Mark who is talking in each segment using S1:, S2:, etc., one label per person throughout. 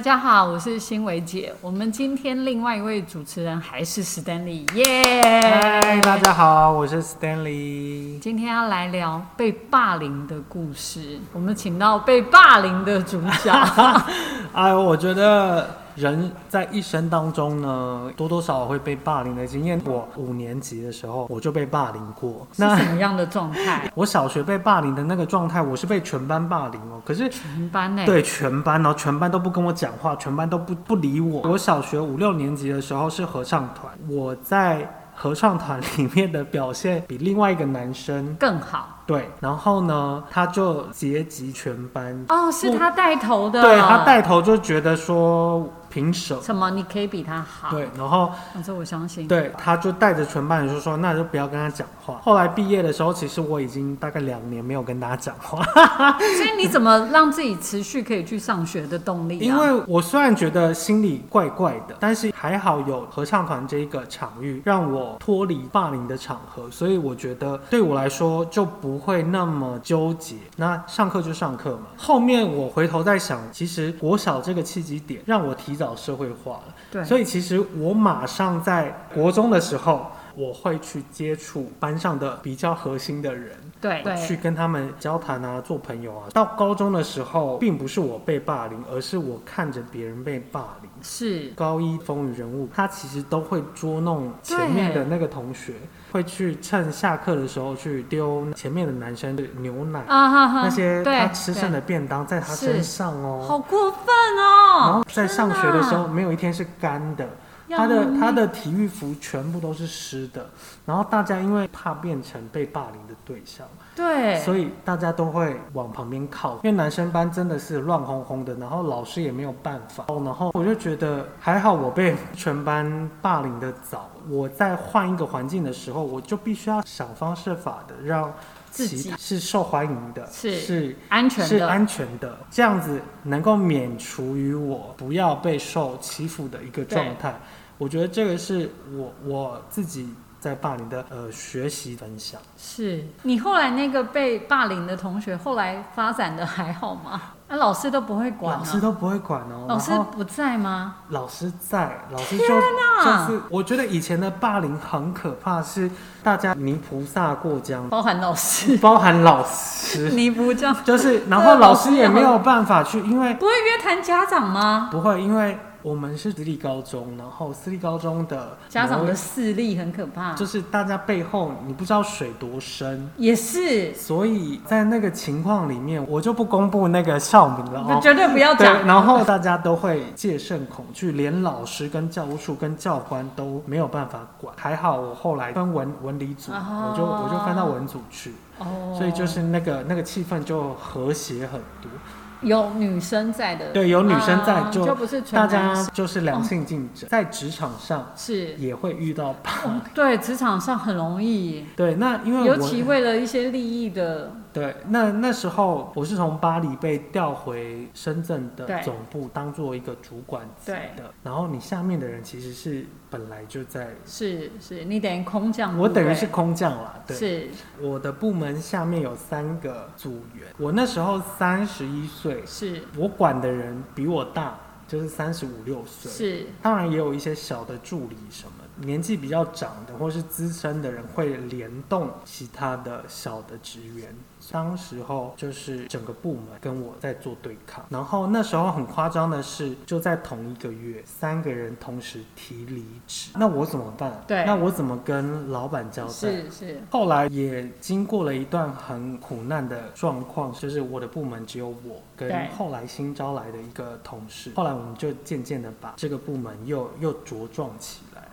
S1: 家好，我是新维姐。我们今天另外一位主持人还是史丹利，耶！
S2: 嗨，大家好，我是 Stanley。
S1: 今天要来聊被霸凌的故事。我们请到被霸凌的主角，
S2: 哎，我觉得人在一生当中呢，多多少少会被霸凌的经验。我五年级的时候我就被霸凌过。
S1: 是
S2: 那
S1: 什么样的状态？
S2: 我小学被霸凌的那个状态，我是被全班霸凌哦。可是
S1: 全班呢、
S2: 对全班，然后全班都不跟我讲话，全班都不不理我。我小学五六年级的时候是合唱团，我在合唱团里面的表现比另外一个男生
S1: 更好
S2: 对，然后呢，他就结集全班，
S1: 哦，是他带头的，
S2: 嗯对他带头就觉得说凭什么？
S1: 什么？你可以比他好，
S2: 对，然后
S1: 哦这我相信。
S2: 对，他就带着全班人就说，那就不要跟他讲话。后来毕业的时候，其实我已经大概两年没有跟大家讲话，
S1: 所以你怎么让自己持续可以去上学的动力、啊？
S2: 因为我虽然觉得心里怪怪的，但是还好有合唱团这一个场域让我脱离霸凌的场合，所以我觉得对我来说就不会那么纠结。那上课就上课嘛。后面我回头再想，其实国小这个契机点让我提早社会化了。
S1: 对，
S2: 所以其实我马上在国中的时候，我会去接触班上的比较核心的人，
S1: 对对
S2: 去跟他们交谈啊，做朋友啊。到高中的时候，并不是我被霸凌，而是我看着别人被霸凌。
S1: 是，
S2: 高一风云人物，他其实都会捉弄前面的那个同学，会去趁下课的时候去丢前面的男生的牛奶，
S1: 啊哈哈，
S2: 那些
S1: 对
S2: 他吃剩的便当在他身
S1: 是
S2: 上
S1: 对
S2: 哦。
S1: 好过分
S2: 然
S1: 哦！
S2: 后在上学的时候，
S1: 天
S2: 没有一天是干的。
S1: 哪，
S2: 他的
S1: 要
S2: 他的体育服全部都是湿的，然后大家因为怕变成被霸凌的对象，
S1: 对，
S2: 所以大家都会往旁边靠。因为男生班真的是乱哄哄的，然后老师也没有办法。然后我就觉得还好，我被全班霸凌的早。我在换一个环境的时候，我就必须要想方设法的让
S1: 自
S2: 其
S1: 己
S2: 是受欢迎的，
S1: 是
S2: 是
S1: 安
S2: 是
S1: 全的，
S2: 安全的，这样子能够免除于我不要被受欺负的一个状态。我觉得这个是我我自己在霸凌的呃学习分享。
S1: 是你后来那个被霸凌的同学，后来发展的还好吗？那、老师都不会管
S2: 老师
S1: 啊？
S2: 都不会管哦，
S1: 老师
S2: 然后
S1: 不在吗？
S2: 老师在，老师就
S1: 啊
S2: 就是我觉得以前的霸凌很可怕，是大家泥菩萨过江，
S1: 包含老师，
S2: 包含老师，
S1: 你不这样，
S2: 就是然
S1: 对
S2: 后老
S1: 老师
S2: 师
S1: 也
S2: 也没
S1: 好
S2: 有办法去，因为
S1: 不会约谈家长吗？
S2: 不会，因为我们是私立高中，然后私立高中的
S1: 家长
S2: 某
S1: 的势力很可怕，
S2: 就是大家背后你不知道水多深，
S1: 也是，
S2: 所以在那个情况里面，我就不公布那个校名了
S1: 不
S2: 哦。
S1: 绝对不要
S2: 对，
S1: 讲。
S2: 然后大家都会戒慎恐惧，连老师、跟教务处、跟教官都没有办法管。还好我后来分文文理组，
S1: 哦
S2: 我就我就翻到文组去，
S1: 哦，
S2: 所以就是那个那个气氛就和谐很多。
S1: 有女生在的，
S2: 对，有女生在
S1: 啊
S2: 就
S1: 不是哦纯
S2: 大
S1: 男
S2: 家
S1: 生
S2: 就是良性竞争，在职场上
S1: 是，
S2: 也会遇到霸凌。
S1: 对，职场上很容易，
S2: 对，那因为
S1: 哦尤
S2: 我
S1: 其为了一些利益的，
S2: 对，那那时候我是从巴黎被调回深圳的
S1: 对
S2: 总部，当做一个主管级
S1: 对
S2: 的。然后你下面的人其实是本来就在，
S1: 是是，你等于空降部
S2: 我
S1: 队，
S2: 等于是空降啦。对，
S1: 是
S2: 我的部门下面有三个组员，我那时候三十一岁，
S1: 是
S2: 我管的人比我大，就是三十五六岁。
S1: 是
S2: 当然也有一些小的助理什么，年纪比较长的或是资深的人会联动其他的小的职员。当时候就是整个部门跟我在做对抗，然后那时候很夸张的是，就在同一个月，三个人同时提离职，那我怎么办？
S1: 对
S2: 那我怎么跟老板交代？
S1: 是是，
S2: 后来也经过了一段很苦难的状况，就是我的部门只有我
S1: 对
S2: 跟后来新招来的一个同事，后来我们就渐渐的把这个部门又又茁壮起来了。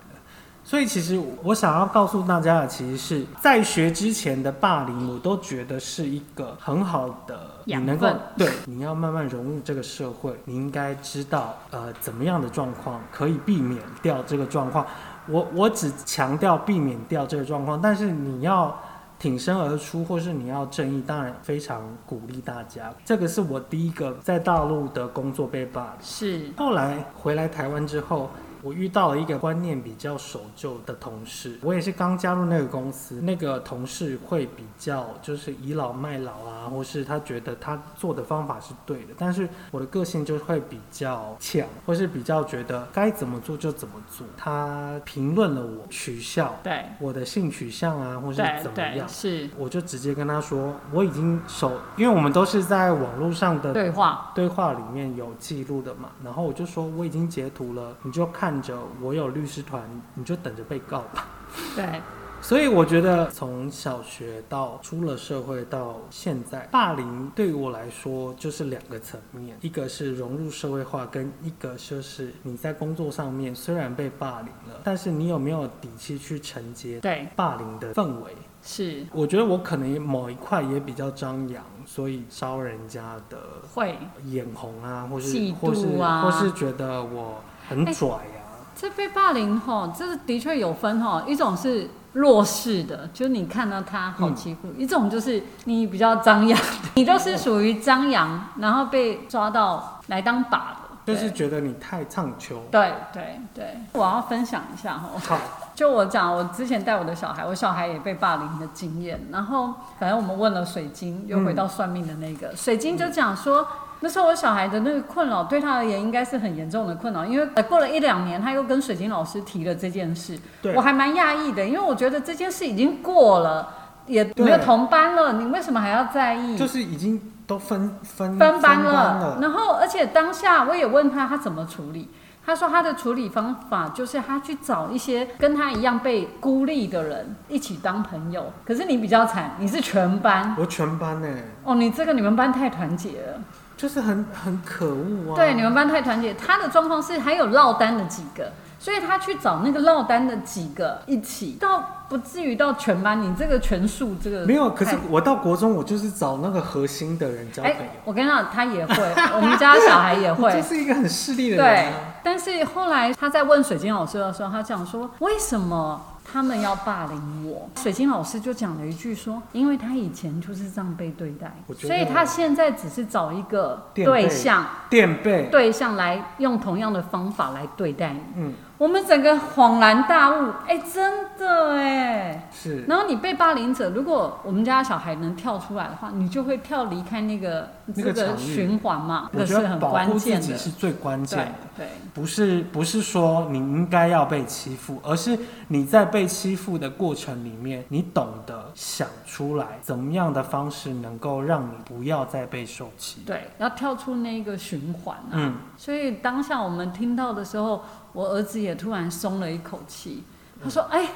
S2: 所以其实我想要告诉大家的，其实是在学之前的霸凌，我都觉得是一个很好的，你
S1: 养
S2: 能够
S1: 分
S2: 对，你要慢慢融入这个社会，你应该知道呃怎么样的状况可以避免掉这个状况。我我只强调避免掉这个状况，但是你要挺身而出，或是你要正义，当然非常鼓励大家。这个是我第一个在大陆的工作被霸凌。
S1: 是
S2: 后来回来台湾之后，我遇到了一个观念比较守旧的同事，我也是刚加入那个公司，那个同事会比较就是倚老卖老啊，或是他觉得他做的方法是对的，但是我的个性就会比较强，或是比较觉得该怎么做就怎么做。他评论了我，取笑
S1: 对
S2: 我的性取向啊，或是
S1: 对
S2: 怎么
S1: 对
S2: 样。
S1: 是
S2: 我就直接跟他说，我已经手，因为我们都是在网络上的
S1: 对话，
S2: 对话里面有记录的嘛，然后我就说我已经截图了，你就看着我有律师团，你就等着被告吧。
S1: 对
S2: 所以我觉得从小学到出了社会到现在，霸凌对于我来说就是两个层面，一个是融入社会化，跟一个就是你在工作上面虽然被霸凌了，但是你有没有底气去承接
S1: 对
S2: 霸凌的氛围？
S1: 是
S2: 我觉得我可能某一块也比较张扬，所以招人家的
S1: 会。
S2: 眼红啊，或是
S1: 嫉
S2: 或是
S1: 妒啊
S2: 或是觉得我很拽啊，
S1: 这被霸凌吼，这的确有分吼，一种是弱势的，就是你看到他好欺
S2: 嗯
S1: 负；一种就是你比较张扬， 你就是属于张扬，然后被抓到来当靶的。对
S2: 就是觉得你太唱秋。
S1: 对对对，我要分享一下吼，
S2: 好，
S1: 就我讲，我之前带我的小孩，我小孩也被霸凌的经验。然后，反正我们问了水晶，又回到算命的那
S2: 嗯
S1: 个、水晶，就讲说，那时候我小孩的那个困扰，对他而言应该是很严重的困扰，因为呃过了一两年，他又跟水晶老师提了这件事，
S2: 对
S1: 我还蛮讶异的，因为我觉得这件事已经过了，也没有
S2: 对
S1: 同班了，你为什么还要在意？
S2: 就是已经都分分
S1: 分班
S2: 了，
S1: 了。然后，而且当下我也问他他怎么处理，他说他的处理方法就是他去找一些跟他一样被孤立的人一起当朋友。可是你比较惨，你是全班
S2: 我全班呢、欸
S1: 哦，你这个你们班太团结了。
S2: 就是很很可恶啊。
S1: 对，你们班太团结。他的状况是还有落单的几个，所以他去找那个落单的几个一起，到不至于到全班。你这个全数这个
S2: 没有，可
S1: 太
S2: 是我到国中，我就是找那个核心的人交朋
S1: 哎、
S2: 友，
S1: 我跟你讲，他也会，我们家小孩也
S2: 我
S1: 会
S2: 就。是一个很势利的
S1: 对
S2: 人、啊。，
S1: 但是后来他在问水晶老师的时候，他讲说为什么？他们要霸凌我，水晶老师就讲了一句说，因为他以前就是这样被对待
S2: 我，觉得
S1: 所以他现在只是找一个
S2: 垫背
S1: 对象，
S2: 垫背，
S1: 对象来用同样的方法来对待你。
S2: 嗯，
S1: 我们整个恍然大悟，哎、真的哎。
S2: 是
S1: 然后你被霸凌者，如果我们家小孩能跳出来的话，你就会跳离开那个
S2: 那个
S1: 这
S2: 场域
S1: 循环嘛，这
S2: 我
S1: 个
S2: 觉
S1: 是
S2: 得
S1: 很
S2: 保
S1: 关
S2: 护自
S1: 键的
S2: 己。是最关键
S1: 对
S2: 的。
S1: 对。
S2: 不是不是说你应该要被欺负，而是你在被欺负的过程里面，你懂得想出来怎么样的方式能够让你不要再被受欺。
S1: 对，要跳出那个循环啊。
S2: 嗯，
S1: 所以当下我们听到的时候，我儿子也突然松了一口气，他说：“哎、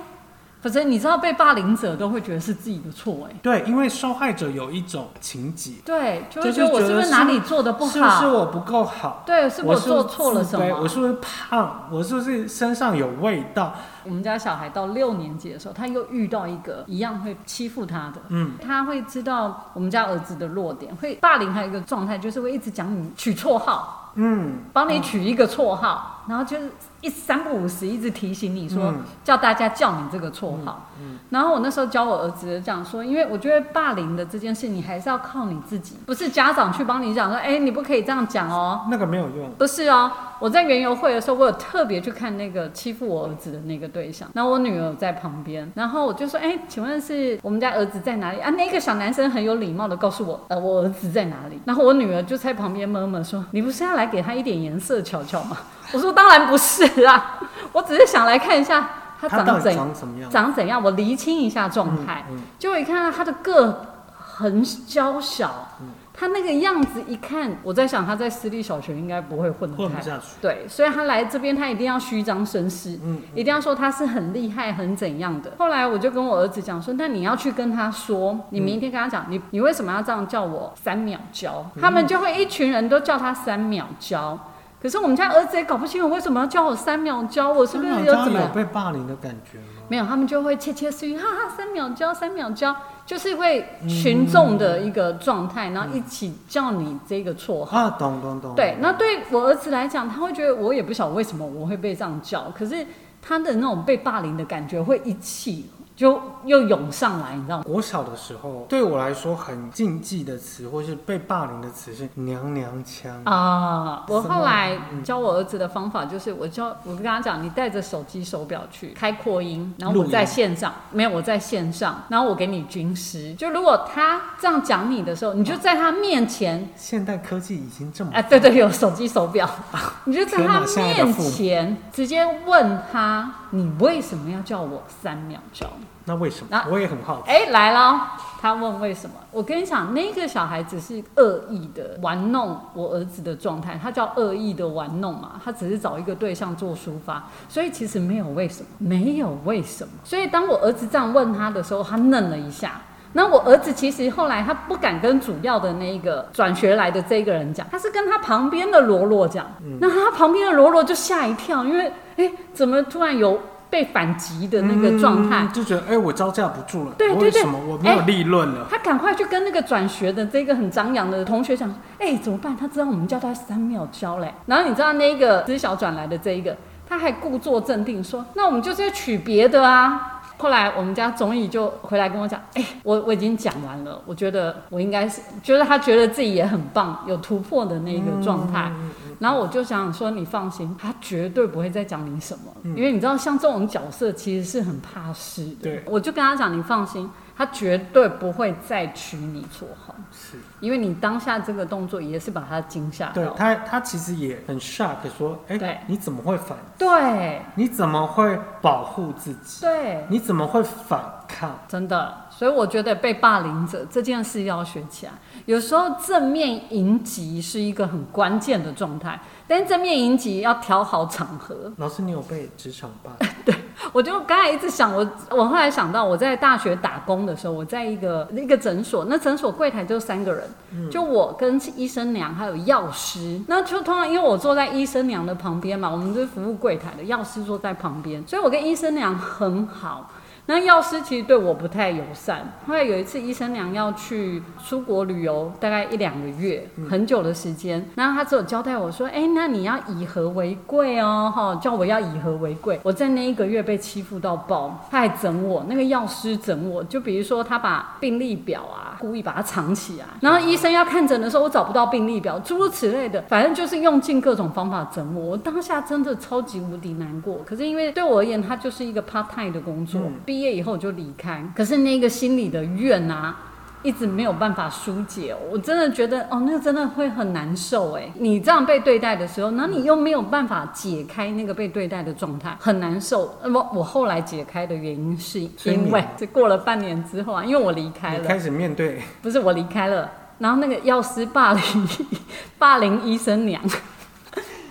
S1: 反正你知道，被霸凌者都会觉得是自己的错，哎，
S2: 对，因为受害者有一种情节，
S1: 对，就会
S2: 就是
S1: 觉得我
S2: 觉
S1: 是
S2: 得
S1: 不是
S2: 是
S1: 哪里做的啊不
S2: 是不
S1: 好？
S2: 是我不够好？
S1: 对，是不
S2: 我
S1: 是
S2: 是不
S1: 做
S2: 是
S1: 错了什么？
S2: 自卑我是不是胖？我是不是身上有味道？
S1: 我们家小孩到六年级的时候，他又遇到一个一样会欺负他的，
S2: 嗯，
S1: 他会知道我们家儿子的弱点，会霸凌。还有一个状态就是会一直讲你取绰号，
S2: 嗯，
S1: 帮你取一个绰号，然后就是一三不五时一直提醒你说，
S2: 嗯
S1: 叫大家叫你这个绰号。然后我那时候教我儿子这样说，因为我觉得霸凌的这件事，你还是要靠你自己，不是家长去帮你讲说，哎、你不可以这样讲哦，
S2: 那个没有用。
S1: 不是哦，我在园游会的时候，我有特别去看那个欺负我儿子的那个对象，然后我女儿有在旁边，然后我就说，哎、请问是我们家儿子在哪里啊？那个小男生很有礼貌的告诉我，呃，我儿子在哪里。然后我女儿就在旁边闷闷说，你不是要来给他一点颜色瞧瞧吗？我说当然不是啊，我只是想来看一下他
S2: 他
S1: 长
S2: 到底
S1: 怎
S2: 长什么样？
S1: 长怎样，我厘清一下状态。
S2: 嗯
S1: 结果一看到他的个很娇小，
S2: 嗯
S1: 他那个样子一看，我在想他在私立小学应该不会混得
S2: 混不
S1: 太。
S2: 下去。
S1: 对，所以他来这边，他一定要虚张声势，
S2: 嗯
S1: 一定要说他是很厉害、很怎样的。后来我就跟我儿子讲说，那你要去跟他说，你明天跟他讲，你你为什么要这样叫我三秒教？
S2: 嗯
S1: 他们就会一群人都叫他三秒教。可是我们家儿子也搞不清楚为什么要叫我三秒教，我是不是
S2: 那
S1: 有
S2: 老
S1: 怎
S2: 张
S1: 么
S2: 有被霸凌的感觉吗？
S1: 没有，他们就会窃窃私语，哈哈，三秒交，三秒交，就是会群众的一个状态，然后一起叫你这个绰号。
S2: 啊，懂懂懂。
S1: 对，那对我儿子来讲，他会觉得我也不晓得为什么我会被这样叫，可是他的那种被霸凌的感觉会一起就又涌上来，你知道吗？
S2: 国小的时候，对我来说很禁忌的词，或是被霸凌的词是“娘娘腔”
S1: 啊、我
S2: 什么
S1: 后来
S2: 嗯
S1: 教我儿子的方法就是，我教我跟他讲，你带着手机手表去开扩音，然后我
S2: 录音
S1: 在线上，没有我在线上，然后我给你军师。就如果他这样讲你的时候，你就在他面前
S2: 现代科技已经这么
S1: 啊，对对，有手机手表，你就在
S2: 嗯天
S1: 他
S2: 哪下一个
S1: 面
S2: 父母
S1: 前直接问他，你为什么要叫我三秒钟？
S2: 那为什么
S1: 那？
S2: 我也很好奇。
S1: 哎，来了，他问为什么？我跟你讲，那个小孩子是恶意的玩弄我儿子的状态，他叫恶意的玩弄嘛，他只是找一个对象做抒发，所以其实没有为什么，没有为什么。所以当我儿子这样问他的时候，他愣了一下。那我儿子其实后来他不敢跟主要的那一个转学来的这个人讲，他是跟他旁边的罗罗讲。
S2: 嗯
S1: 那他旁边的罗罗就吓一跳，因为哎，怎么突然有被反击的那个状态？
S2: 嗯就觉得哎、我招架不住了。
S1: 对对
S2: 为
S1: 对
S2: 什么我没有
S1: 哎
S2: 利润了？
S1: 他赶快去跟那个转学的这个很张扬的同学讲，哎、怎么办？他知道我们叫他三秒教嘞。然后你知道那个知晓转来的这一个，他还故作镇定说，那我们就是要取别的啊。后来我们家总理就回来跟我讲，哎、我我已经讲完了，我觉得我应该是，觉得他觉得自己也很棒，有突破的那一个状态。然后我就想说，你放心，他绝对不会再讲你什么，
S2: 嗯
S1: 因为你知道，像这种角色其实是很怕事的。
S2: 对
S1: 我就跟他讲，你放心，他绝对不会再取你绰号，
S2: 是，
S1: 因为你当下这个动作也是把他惊吓
S2: 对
S1: 到。
S2: 他，他其实也很 shock，说，哎、
S1: 对
S2: 你怎么会反？
S1: 对
S2: 你怎么会保护自己？
S1: 对，
S2: 你怎么会反抗？
S1: 真的。所以我觉得被霸凌者这件事要学起来。有时候正面迎击是一个很关键的状态，但是正面迎击要调好场合。
S2: 老师，你有被职场霸凌？
S1: 我就刚才一直想，我我后来想到，我在大学打工的时候，我在一个一个诊所，那诊所柜台就三个人，就我跟医生娘还有药师。那就通常因为我坐在医生娘的旁边嘛，我们就是服务柜台的，药师坐在旁边，所以我跟医生娘很好。那药师其实对我不太友善。后来有一次，医生娘要去出国旅游，大概一两个月，很久的时间。然后他只有交代我说：“哎、那你要以和为贵哦，哈，叫我要以和为贵。”我在那一个月被欺负到爆，他还整我，那个药师整我，就比如说他把病历表啊，故意把它藏起来，然后医生要看诊的时候，我找不到病历表，诸如此类的，反正就是用尽各种方法整我。我当下真的超级无敌难过，可是因为对我而言，它就是一个 part time 的工作，毕业以后我就离开，可是那个心里的怨啊。一直没有办法疏解，我真的觉得哦，那个真的会很难受哎。你这样被对待的时候，那你又没有办法解开那个被对待的状态，很难受。那么我后来解开的原因是
S2: 催眠
S1: 因为这过了半年之后啊，因为我离开
S2: 你
S1: 了，
S2: 开始面对，
S1: 不是我离开了，然后那个药师霸凌霸凌医生娘，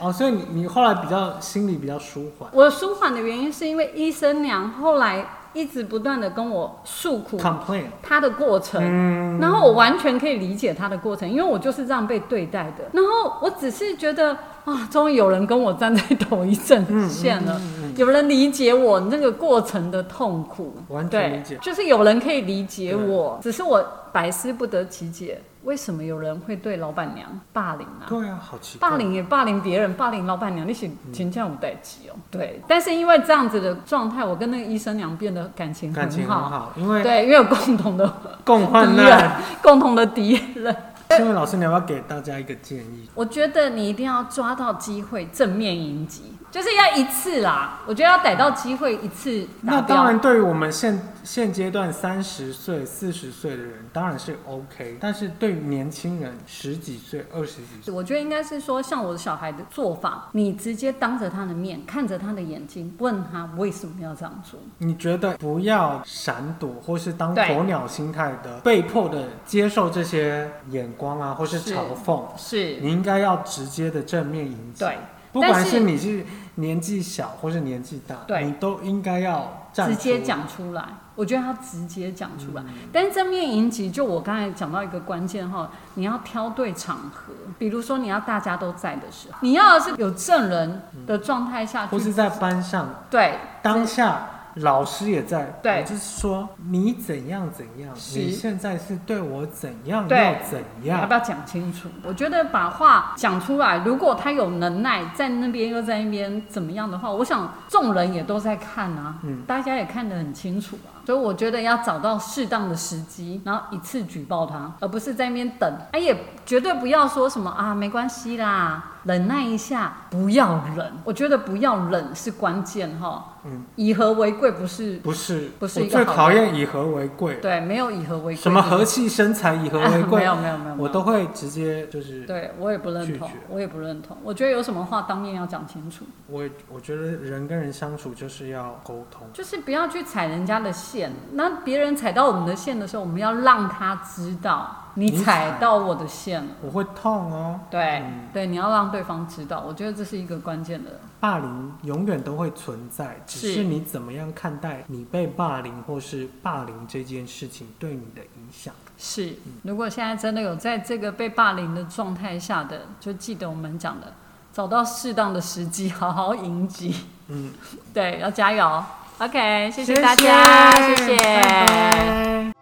S2: 哦，所以你你后来比较心里比较舒缓，
S1: 我舒缓的原因是因为医生娘后来一直不断的跟我诉苦
S2: complain，
S1: 她的过程，
S2: 嗯
S1: 然后我完全可以理解她的过程，因为我就是这样被对待的。然后我只是觉得啊，终于有人跟我站在同一阵线
S2: 嗯
S1: 了，有人理解我那个过程的痛苦，
S2: 完全
S1: 对
S2: 理解，
S1: 就是有人可以理解
S2: 对
S1: 我，只是我百思不得其解，为什么有人会对老板娘霸凌啊？
S2: 对啊，嗯好奇怪，
S1: 霸凌也霸凌别人，霸凌老板娘，你是请这样五代级哦。对，但是因为这样子的状态，我跟那个医生娘变得感情
S2: 感情
S1: 很
S2: 很
S1: 好。
S2: 好，因为
S1: 对，因为有共同的
S2: 共患
S1: 敌人
S2: 难。，
S1: 共同的敌人。
S2: 因为老师，你要不要给大家一个建议？
S1: 我觉得你一定要抓到机会，正面迎击，就是要一次啦。我觉得要逮到机会一次
S2: 那
S1: 达标。
S2: 当然，对于我们现现阶段三十岁、四十岁的人，当然是 OK。但是对于年轻人，十几岁、二十几岁，
S1: 我觉得应该是说，像我的小孩的做法，你直接当着他的面，看着他的眼睛，问他为什么要这样做。
S2: 你觉得不要闪躲，或是当
S1: 对
S2: 鸵鸟心态的，被迫的接受这些眼光啊，或是
S1: 是
S2: 嘲讽，
S1: 是，
S2: 你应该要直接的正面迎击。
S1: 对，
S2: 不管
S1: 但
S2: 是
S1: 是
S2: 你是年纪小或是年纪大，
S1: 对
S2: 你都应该要站
S1: 直接
S2: 出嗯
S1: 讲出来。我觉得他直接讲出来，但是正面迎击，就我刚才讲到一个关键哈，你要挑对场合，比如说你要大家都在的时候，你要是有证人的状态下
S2: 嗯或
S1: 去，
S2: 是在班上
S1: 对，
S2: 当下老师也在，
S1: 对
S2: 我就是说你怎样怎样，
S1: 是
S2: 你现在是对我怎样，
S1: 对
S2: 要怎
S1: 你要
S2: 样
S1: 不，要讲清楚？我觉得把话讲出来，如果他有能耐在那边又在那边怎么样的话，我想众人也都在看啊，
S2: 嗯
S1: 大家也看得很清楚啊。所以我觉得要找到适当的时机，然后一次举报他，而不是在那边等。哎、也绝对不要说什么啊，没关系啦，忍耐一下，不要忍。我觉得不要忍是关键哈。
S2: 嗯，
S1: 以和为贵不是
S2: 不是，
S1: 不是
S2: 我
S1: 一个
S2: 最
S1: 好
S2: 讨
S1: 的
S2: 厌以和为贵，
S1: 对，没有以和为贵。
S2: 什么和气生财，以和为
S1: 啊 没
S2: 贵，
S1: 有没有没有，
S2: 我都会直接就是，
S1: 对我也不认
S2: 拒
S1: 同
S2: 绝，
S1: 我也不认同。我觉得有什么话当面要讲清楚，
S2: 我我觉得人跟人相处就是要沟通。
S1: 就是不要去踩人家的线。那别人踩到我们的线的时候，我们要让他知道你
S2: 你
S1: 踩
S2: 踩
S1: 到我的线了。
S2: 我会痛哦，
S1: 对、
S2: 嗯
S1: 对，你要让对方知道，我觉得这是一个关键的。
S2: 霸凌永远都会存在，只
S1: 是
S2: 是你怎么样看待你被霸凌或是霸凌这件事情对你的影响。
S1: 是，
S2: 嗯
S1: 如果现在真的有在这个被霸凌的状态下的，就记得我们讲的，找到适当的时机， 好好迎击。
S2: 嗯，
S1: 对，要加油。OK，谢大家，谢
S2: 拜拜